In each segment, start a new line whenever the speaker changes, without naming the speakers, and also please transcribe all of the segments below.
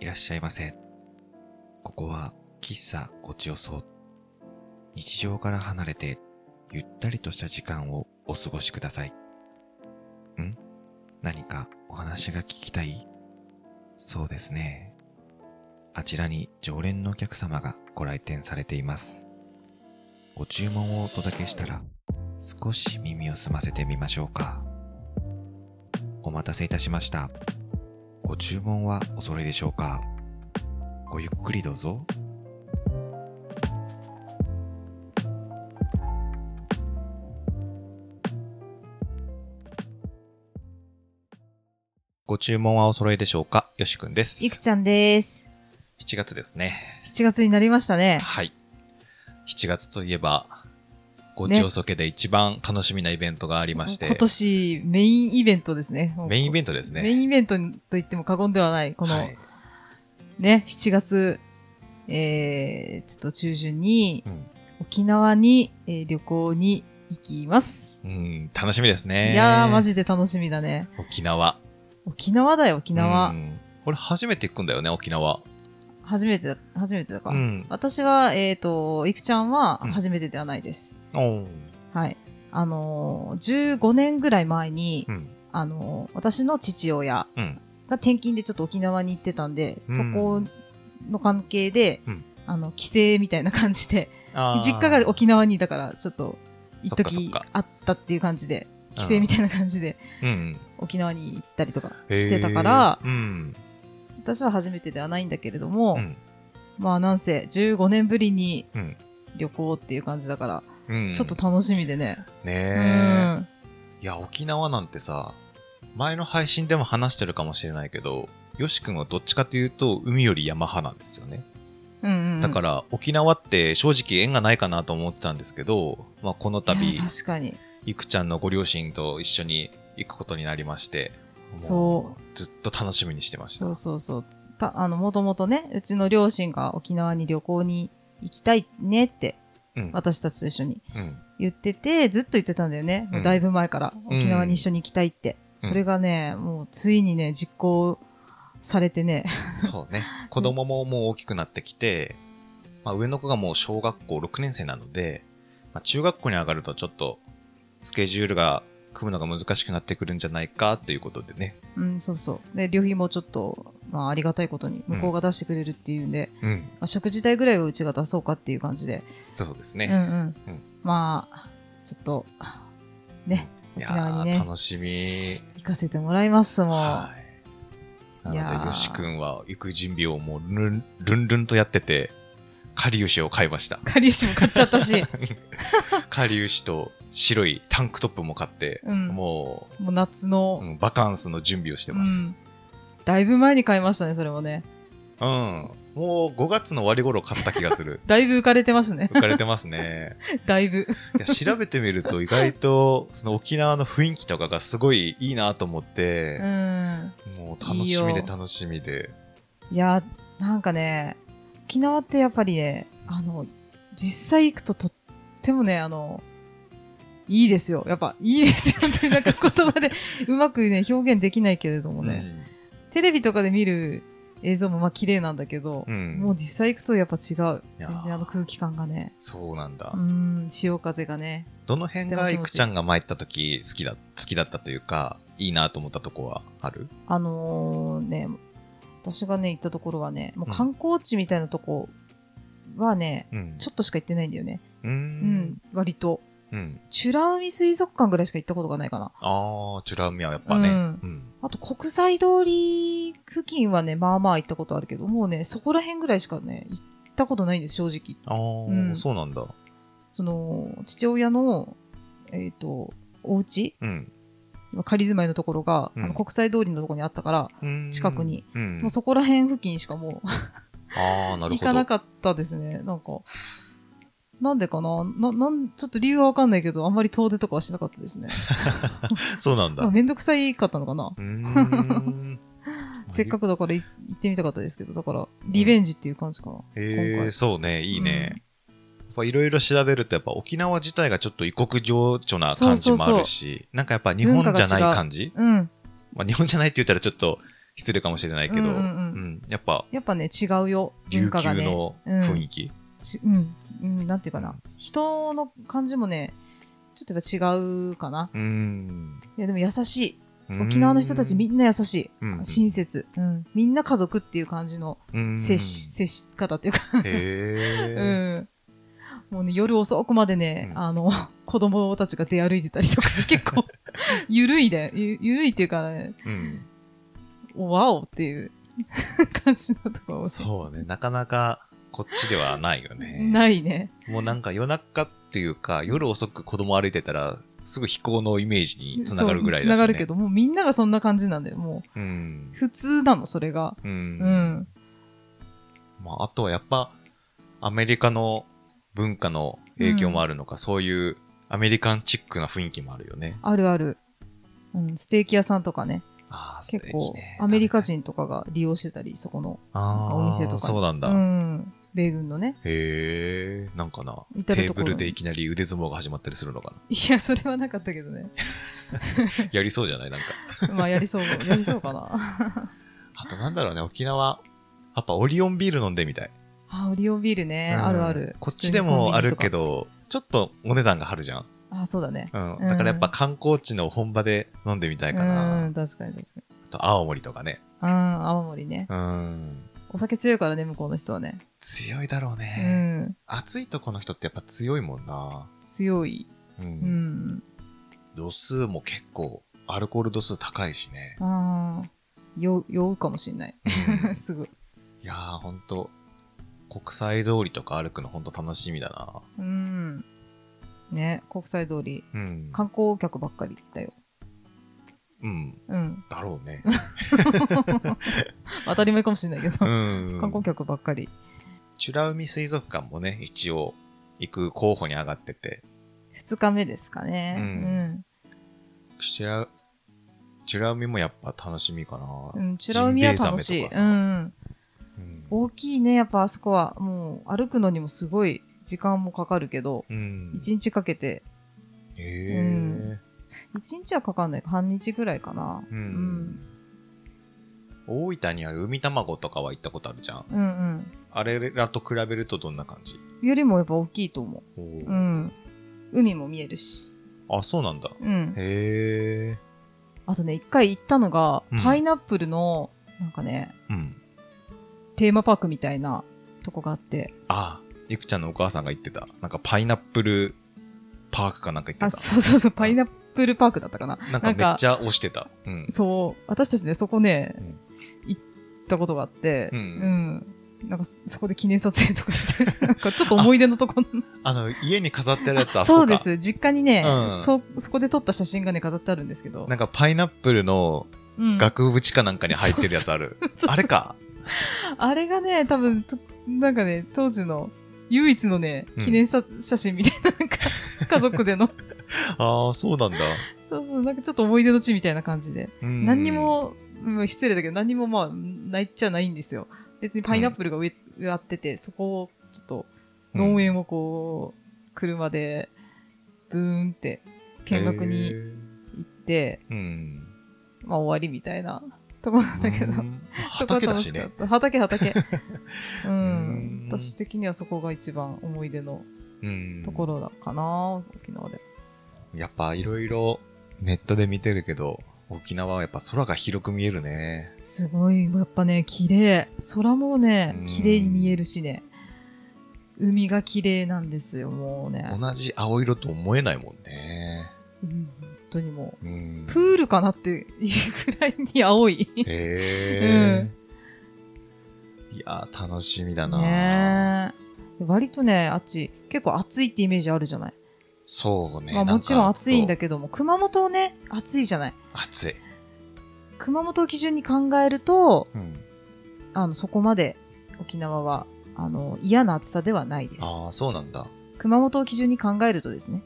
らっしゃいませ。ここは喫茶ごちよそ。日常から離れて、ゆったりとした時間をお過ごしください。ん何かお話が聞きたいそうですね。あちらに常連のお客様がご来店されています。ご注文をお届けしたら、少し耳を澄ませてみましょうか。お待たせいたしました。ご注文はお揃いでしょうかごゆっくりどうぞ。ご注文はお揃いでしょうかよしくんです。
いくちゃんです。
7月ですね。
7月になりましたね。
はい。7月といえば、ごちおそけで一番楽しみなイベントがありまして、
今年メインイベントですね。
メインイベ
ン
ントです
メイ
ね。
ンイベントと言っても過言ではない。この、
はい
ね、7月、えー、ちょっと中旬に
うん
沖縄に、えー旅行に行きます。
うん、楽しみですね。
いやー、マジで楽しみだね。
沖縄。
沖縄だよ、沖縄。
うん俺初めて行くんだよね、沖縄。
初めてだ、初めてだか。
ん。
私は、えっ、と、いくちゃんは
うん
初めてではないです。
お
はい。あのー、15年ぐらい前に、
うん。
あの、私の父親
うん
が転勤でちょっと沖縄に行ってたんで、
うん
そこの関係で、
うん
あの、帰省みたいな感じで、実家が沖縄にだから、ちょっと、一
そっ
時
かそっか
あったっていう感じで、帰省
うん
みたいな感じで
うん。
沖縄に行ったりとかしてたから、
へーうん。
私は初めてではないんだけれども、
うん。
まあなんせ15年ぶりに
うん
旅行っていう感じだから、
うん。
ちょっと楽しみでね。う
ねえ。
ん。
いや、沖縄なんてさ、前の配信でも話してるかもしれないけど、よしくんはどっちかというと、海より山派なんですよね。
うんうんうん
だから沖縄って正直縁がないかなと思ってたんですけど、まあ、この
い
度
や確かに。
いくちゃんのご両親と一緒に行くことになりまして
そう
うずっと楽しみにしてました
そうそうそう。た、あの、もともとね、うちの両親が沖縄に旅行に行きたいねって、
うん
私たちと一緒に
うん
言ってて、ずっと言ってたんだよね。もうだいぶ前から、
うん
沖縄に一緒に行きたいって。
うん
それがね、もうついにね、実行されてね。
そうね子供ももう大きくなってきて、まあ、上の子がもう小学校6年生なので、まあ、中学校に上がるとちょっとスケジュールが組むのが難しくなってくるんじゃないかということでね
うん、そうそう。で、旅費もちょっと、まあ、ありがたいことに、向こうが出してくれるっていうんで、
うん
まあ、食事代ぐらいはうちが出そうかっていう感じで。
そうです
うん
ね、
うん。
うん
まあ、ちょっと、ね、
いや
沖縄にね
ー楽しみ
行かせてもらいますもん。
はい。ない
や
の
ー
で、よしくんは行く準備をもうルンルンルンとやってて、かりゆしを買いま した。
かりゆしも買っちゃった し。
かりゆしと白いタンクトップも買って、
うん
も
もう夏
う、う
の、
んバカンスの準備をして
う
ます。うん。
んだいぶ前に買いましたね、それもね。。
もう5月の終わり頃買った気がする
だいぶ浮かれてますね。
浮かれてますね。
だいぶ。
いや調べてみると意外とその沖縄の雰囲気とかがすごいいいなと思っ
う
て、
ん。
もう楽し
い
み
い
で
よ
楽しみで。
いや、なんかね、沖縄ってやっぱりね、あの、実際行くととってもね、あの、いいですよ。やっぱ、いいですよって、なんか言葉でうまくね、表現できないけれどもね。テレビとかで見る映像もまあ綺麗なんだけど
う、ん。
も
う、
うん実際行くとやっぱ違う。
いや
全
ー
然あの空気感がね。
そうなんだ。
うん、潮風がね。
どの辺がいくちゃんが前行った時好きだ、好きだったというか、いいなと思ったとこはある
あのーね、私がね、行ったところはね、もううん観光地みたいなとこはね、
うん
ちょっとしか行ってないんだよね。
う
うん、
ん。
割と。
うん。
美ら海水族館ぐらいしか行ったことがないかな。
ああ、チュラミはやっぱね。う
うん
ん。
あと、国際通り付近はね、まあまあ行ったことあるけど、もうね、そこら辺ぐらいしかね、行ったことないんです、正直。
ああ、
うん
そうなんだ。
その、父親の、えっ、と、お家
うん。
仮住まいのところが、
うん
あの国際通りのところにあったから、
うん
近くに。
うん。
もうそこら辺付近しかもう
ああ、なる
行
ほ
かな
ど。
かったですね。なんか、なんでかなな、なん、ちょっと理由はわかんないけど、あんまり遠出とかはしなかっ たですね。
そうなんだ。
まあ
う
めんどくさいかったのかな
ーん。
せっか
く。
くだからい行ってみたかったですけど、だから、リベンジっていう感じかな。
ええ、
今回
そうね、いいね。やっぱいろいろ調べると、やっぱ沖縄自体がちょっと異国情緒な感じもあるし、なんかやっぱ日本じゃない感じ
うん。
まあ日本じゃないって言ったらちょっと失礼かもしれないけど、
う
うんん
うんうん
やっぱ、
やっぱね、違うよ。
琉
文化が
球
ね。
の雰囲気。
ちうん、うん、なんていうかな。人の感じもね、ちょっとやっぱ違うかな。
うん。
いや、でも優し
う
い。
ん
沖縄の人たちみんな優しい。
うんうん
親切、うん。みんな家族っていう感じの
うん
接し、接し方っていうか、う
へえ。
ん。もうね、夜遅くまでね、
うん
あの、 子供たちが出歩いてたりと か、結構、ゆるいで、ゆゆるいっていうか、ね、
うん。
わおっていう 感じのところ
そうね、なかなかこっちではないよね。
ないね。
もうなんか夜中っていうか、夜遅く子供歩いてたら、すぐ飛行のイメージにつながるぐらいだし、ね。
そう繋がるけ。ど、もうみんながそんな感じなんだよ。も
う。
うん普通なの、それが。
うん。
うん。
まあ、あとはやっぱ、アメリカの文化の影響もあるのか、そういうアメリカンチックな雰囲気もあるよね。
あるある。うん、ステーキ屋さんとかね、
ああ、
結
素
構
敵ね
アメリカ人とかが利用してたり、そこの、
あー
お店とか
そうなんだ。
うん、米軍のね。
へえ、なんかな。
至
テ
る
ーブ
所に
ルでいきなり腕相撲が始まったりするのか
いや、それはなかったけどね。
な。 やりそうじゃないなんか。
まあ、やりそう、やりそうかな。
あとなんだろうね、沖縄。やっぱオリオンビール飲んでみたい。
あ、オリオンビールね、
うん
あるある。
こっちでもあるけど、
ど。
ちょっとお値段が張るじゃん。
あ、そうだね。
うん。
うん
だからやっぱ観光地の本場で飲んでみた
う
いかな。
ん、確かに確かに。
あと青森とかね。
うん、青森ね。
うん。
お酒強いからね、向こうの人はね。
強いだろう
う
ね。
ん、
暑いとこの人ってやっぱ強いもんな。
強い。
う。
うんん。
度数も結構、アルコール度数高いし ね。
ああ、酔う酔うかもしんない。
うん
すぐ。
いやー、ほんと、国際通りとか歩くのほんと楽しみだな。
うん。ね、国際通り。
うん。
観光客ばっかりだよ。
うん。
うん。
だろう ね。
当たり前かもしれないけど。
うん。
観光客ばっかり。
美ら海水族館もね、一応、行く候補に上がってて。
二日目ですかね。
う
うん。
チラ、チラ海もやっぱ楽しみかな。
うん。美ら海は楽し
ジ
い。
ンベエザメとか
う
さ
ん。
うん
大きいね、やっぱあそこは。もう、歩くのにもすごい時間もかかるけど、
うん。
一日かけて、
へ
うん
え。
一日はかかんないか。半日ぐらいかな。
うん。大分にある海卵とかは行ったことあるじゃん。
うん。うん
あれらと比べるとどんな感じ
うん。よりもやっぱ大きいと思
おー
う。うん。海も見えるし。
あ、そうなんだ。
うん。
へえ。
あとね、一回行ったのが
うん、
パイナップルの、なんかね、
うん。
テーマパークみたいなとこがあって。
あ、ゆくちゃんのお母さんが言ってた。なんかパイナップルパークかなんか言っ
あ、
て
そうそうそう、パイナップルパークだったかな。
た。なんかめっちゃ押してた。うん。
そう、私たちね、そこね、
うん
行ったことがあって、
うん
うんなんかそそこで記念撮影とか して、なんかちょっと思い出のとこ
あの、家に飾ってあるやつあそこ
そう
か
です。実家にね、
うん
そ、そこで撮った写真がね、飾ってあるんですけど。
なんかパイナップルの
うん
額縁かなんかに入ってるやつある。あれか。
あれがね、多分と、なんかね、当時の唯一のね、記念さ、写真みたいな、 なんか、家族での、
ああ、そうなんだ。
そうそう、なんかちょっと思い出の地みたいな感じで。
うん
何に。も、うん失礼だけど、何にもまあ、ないっちゃないんですよ。別にパイナップルが植え,、植わってて、そこを、ちょっと、農園をこう、車で、ブーンって、見学
へ
に
ー
行って、
うん。
まあ終わりみたいなところなんだけど
う。ん畑だしね。
そこは楽しかった。 畑、畑。うん
うん。
私的にはそこが一番思い出の
うん
ところだかな、沖縄で。
やっぱいろいろネットで見てるけど、沖縄はやっぱ空が広く見えるね。
すごい、やっぱね、綺麗。空もね
うん、
綺麗に見えるしね。海が綺麗なんですよ、もうね。
同じ青色と思えないもんね。
うん本当にも
うん
う。プ。ールかなっていうくらいに青い。
へえ。いやー、楽しみだな。
ねえ割とね、あっち、結構暑いってイメージあるじゃない。
そうね。
まあもちろん暑いんだ
け
けども、熊本ね、暑いじゃない。
ど。暑い。
熊本を基準に考えると、
うん。
あの、そこまで沖縄は、あの、嫌な暑さではないです。
ああ、そうなんだ。
熊本を基準に考えるとですね。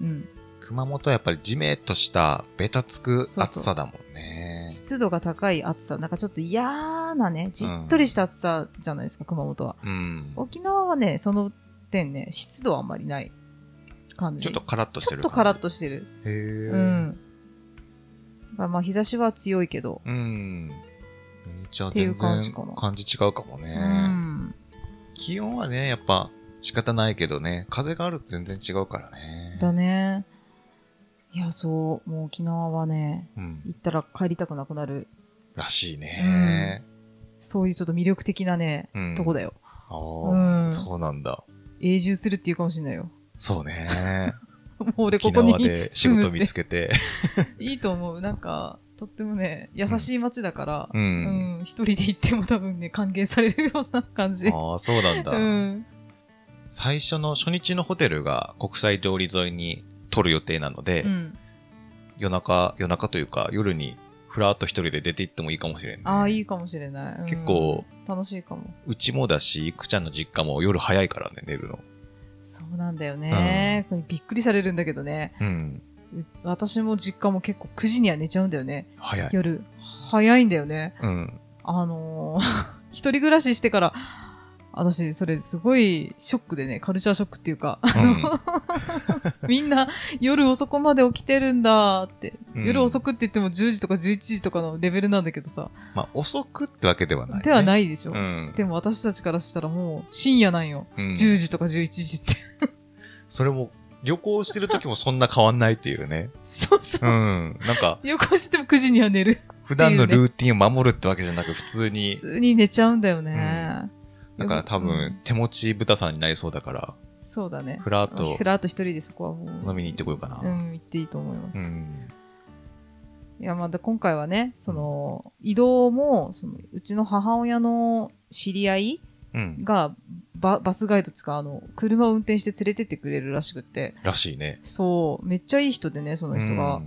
うん。
うん。
熊本はやっぱりジメっとしたベタつく
そうそう
暑さだもんね。
湿度が高い暑さ、なんかちょっと嫌なね、じっとりした暑さじゃないですか、熊本は。
うん。
沖縄はね、その点ね、湿度はあんまりない感じ。
ちょっとカラッとし
ち
て
ょっ
る
と
感じ。
カラッとしてる。
へえ。
うん。まあまあ日差しは強いけど、
うん。うんじゃあ
ってい
全
う感じ
然
かな
感じ違うかも
う
ね。
ん。
気温はね、やっぱ仕方ないけどね、風があると全然違うからね。
だね。いや、そう。もう沖縄はね、
うん。
行ったら帰りたくなくなる。
らしいね。
そういうちょっと魅力的なね、
うん
とこだよ。
あ
う
あ、
ん
そうなんだ。
永住するっていうかもしれないよ。
そうね。
もう 俺こ
沖
こに
縄で仕
住む
事
って
見つけて。
いいと思う。なんか、とってもね、優しい街だから、
う。
うんん、一人で行っても多分ね、歓迎されるような感じ。
ああ、そうなんだ
う。ん。
最初の初日のホテルが国際通り沿いに取る予定なので
う、ん。
夜中、夜中というか夜にふらっと一人で出て行ってもいいかもしれんね。
ああ、いいかもしれない。うん
結構。
楽しいかも。
うちもだし、いくちゃんの実家も夜早いからね、寝るの。
そうなんだよね。これびっくりされるんだけどね。
うん。
う私も実家も結構9時には寝ちゃうんだよね。
早い。
夜。早いんだよね。
うん。
あのー 一人暮らししてから、私、それすごいショックでね、カルチャーショックってい うか、みんな夜遅くまで起きてるんだって、
うん
夜遅くって言っても10時とか11時とかのレベルなんだけどさ、
まあ、遅くってわけではない、ね。。
ではいないでしょ、
うん。
でも私たちからしたらもう深夜なんよ。
うん
10時とか11時って。
それも、旅行してる時もそんな変わんないっていうね。
そうそう
う。ん。なんか、
よくしても9時には寝る。
普段のルーティンを守るってわけじゃなく、普通に
普。通に寝ちゃうんだよね。
だから多
う
分
ん、
手持ち豚さんになりそうだから、
そうだね。
ふらっと
ふらっと一人でそこはもう。
飲みに行ってこようかな。
うん、行っていいと思います。
うん。
いや、まだ今回はね、その、移動も、その、うちの母親の知り合い
うん。
が、ババスガイドつうか、あの、車を運転して連れてってくれるらしくって、
らしいね。、
そう、めっちゃいい人でね、その人が、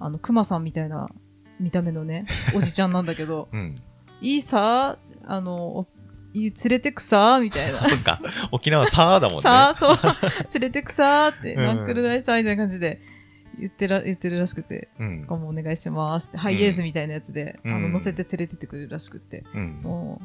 あの、熊さんみたいな見た目のね、おじちゃんなんだけど
うん。
いいさあの、い連れてくさみたいな。
そっか、沖縄さあだもんね。
さあ、そう、連れてくさって、
うん
ナックルダイさみたいな感じで、言ってら、言ってるらしくて、
うん。
今後お願いしますって、ハイエースみたいなやつで、
うん
あ
う
の
ん
乗せて連れてってくれるらしくって、
うん。
もう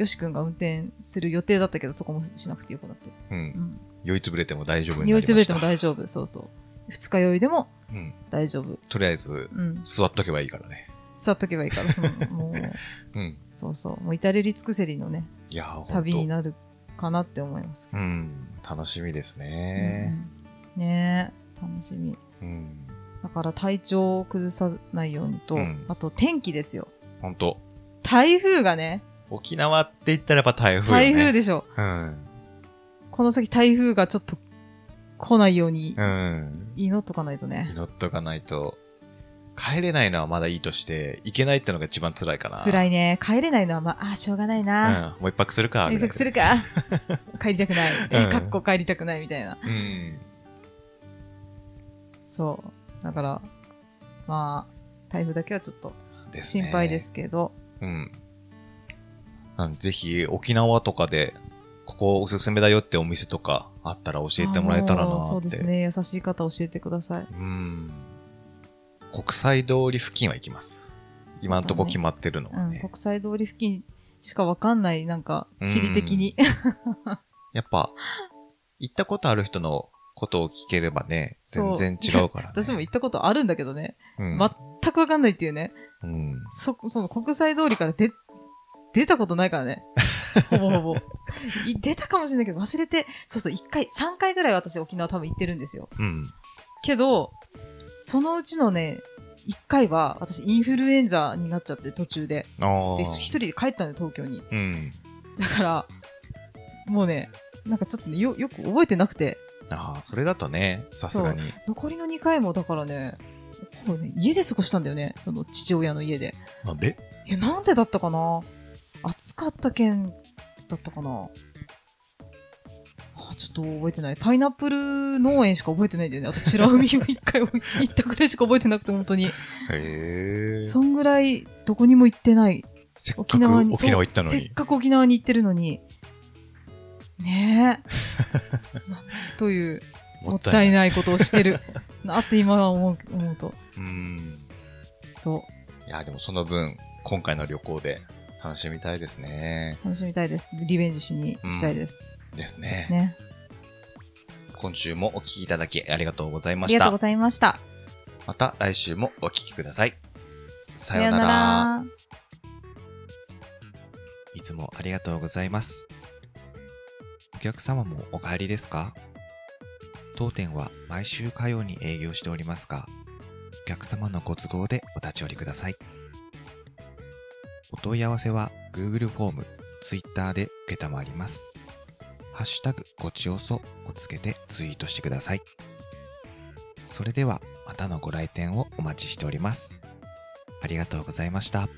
よし君が運転する予定だったけどそこもしなくてよくなって、
う。
うんん、
酔いつぶれても大丈夫になりま
酔い
した。
つぶれても大丈夫そうそう二日酔いでも
うん。
大丈夫、
とりあえず、
うん、
座っとけばいいからね。
座っとけばいいからそのもう
うん。
そうそうもう至れり尽くせりのね
いやー、ほんと
旅になるかなって思います、
うん。楽しみですね。
うんねえ楽しみ
うん。
だから体調を崩さないようにと、
うん
あと天気ですよ
ほんと。
台風がね
沖縄って言ったらやっぱ台風よ
台
ね。
風でしょ
うん。
この先台風がちょっと来ないように
うん。
祈っとかないとね、
祈っとかないと。帰れないのはまだいいとして、行けないってのが一番辛いかな。
辛いね帰れないのはまああーしょうがないな、
うん。もう一泊するか。
連絡す るか帰りたくない、え
うん
かっこ帰りたくないみたいな
みたいな。うん。
そうだからまあ台風だけはちょっと
ですね
心配で。すけど
うん。なんでぜひ、沖縄とかで、ここおすすめだよってお店とかあったら教えてもらえたらなー
あ
って。
ーそうですね優しい方教えてください
うん。国際通り付近は行きます。今んとこ決まってるの
う
は
ん、
ね。
国際通り付近しかわかんないなんか地理的に、
やっぱ、行ったことある人のことを聞ければね、
そ
全
う
然違うから、ね。
私も行ったことあるんだけどね、
うん、
全くわかんないっていうね
うん。
そ、その国際通りから出、出たことないからね。ほぼほぼ。い出たかもしれないけど忘れて、そうそう、一回、三回ぐらい私沖縄多分行ってるんですよ。
うん。
けど、そのうちのね、一回は私インフルエンザになっちゃって途中で。
ああ
で、。一人で帰ったのよ、東京に。
うん。
だから、もうね、なんかちょっとね、よ、よく覚えてなくて、
ああ、それだとね、さすがに。
残りの2回もだからね、こうね、家で過ごしたんだよね、その父親の家で。
なんで
いや、なんでだったかな暑かったけんだったかなあちょっと覚えてない。パイナップル農園しか覚えてないんだよね。あと、白海を一回行ったぐらいしか覚えてなくて、本当に。
へえ。
そんぐらい、どこにも行ってない。
せっかく
沖縄に。
沖縄行ったの
そうせ
に
っ。かく沖縄に行ってるのに。ね え。なんという、もったい
い。
ないことをしてる。なって今は思う、思うと。
うん。
そ
いや、でもその分、今回の旅行で楽しみたいですね。
う。楽しみたいです。リベンジしに行きたいです。
ですね。
ね。
今週もお聞きいただきありがとうござい
あ
ま
り
し
がとうご
た。
ざいました。
また来週もお聞きください。さ
さ
よ
よ
うな
うな
ら。
ら。
いつもありがとうございます。お客様もお帰りですか当店は毎週火曜に営業しておりますが、お客様のご都合でお立ち寄りください。お問い合わせは Google フォーム、Twitter で受けたまります。ハッシュタグごちおそをつけてツイートしてください。それではまたのご来店をお待ちしております。ありがとうございました。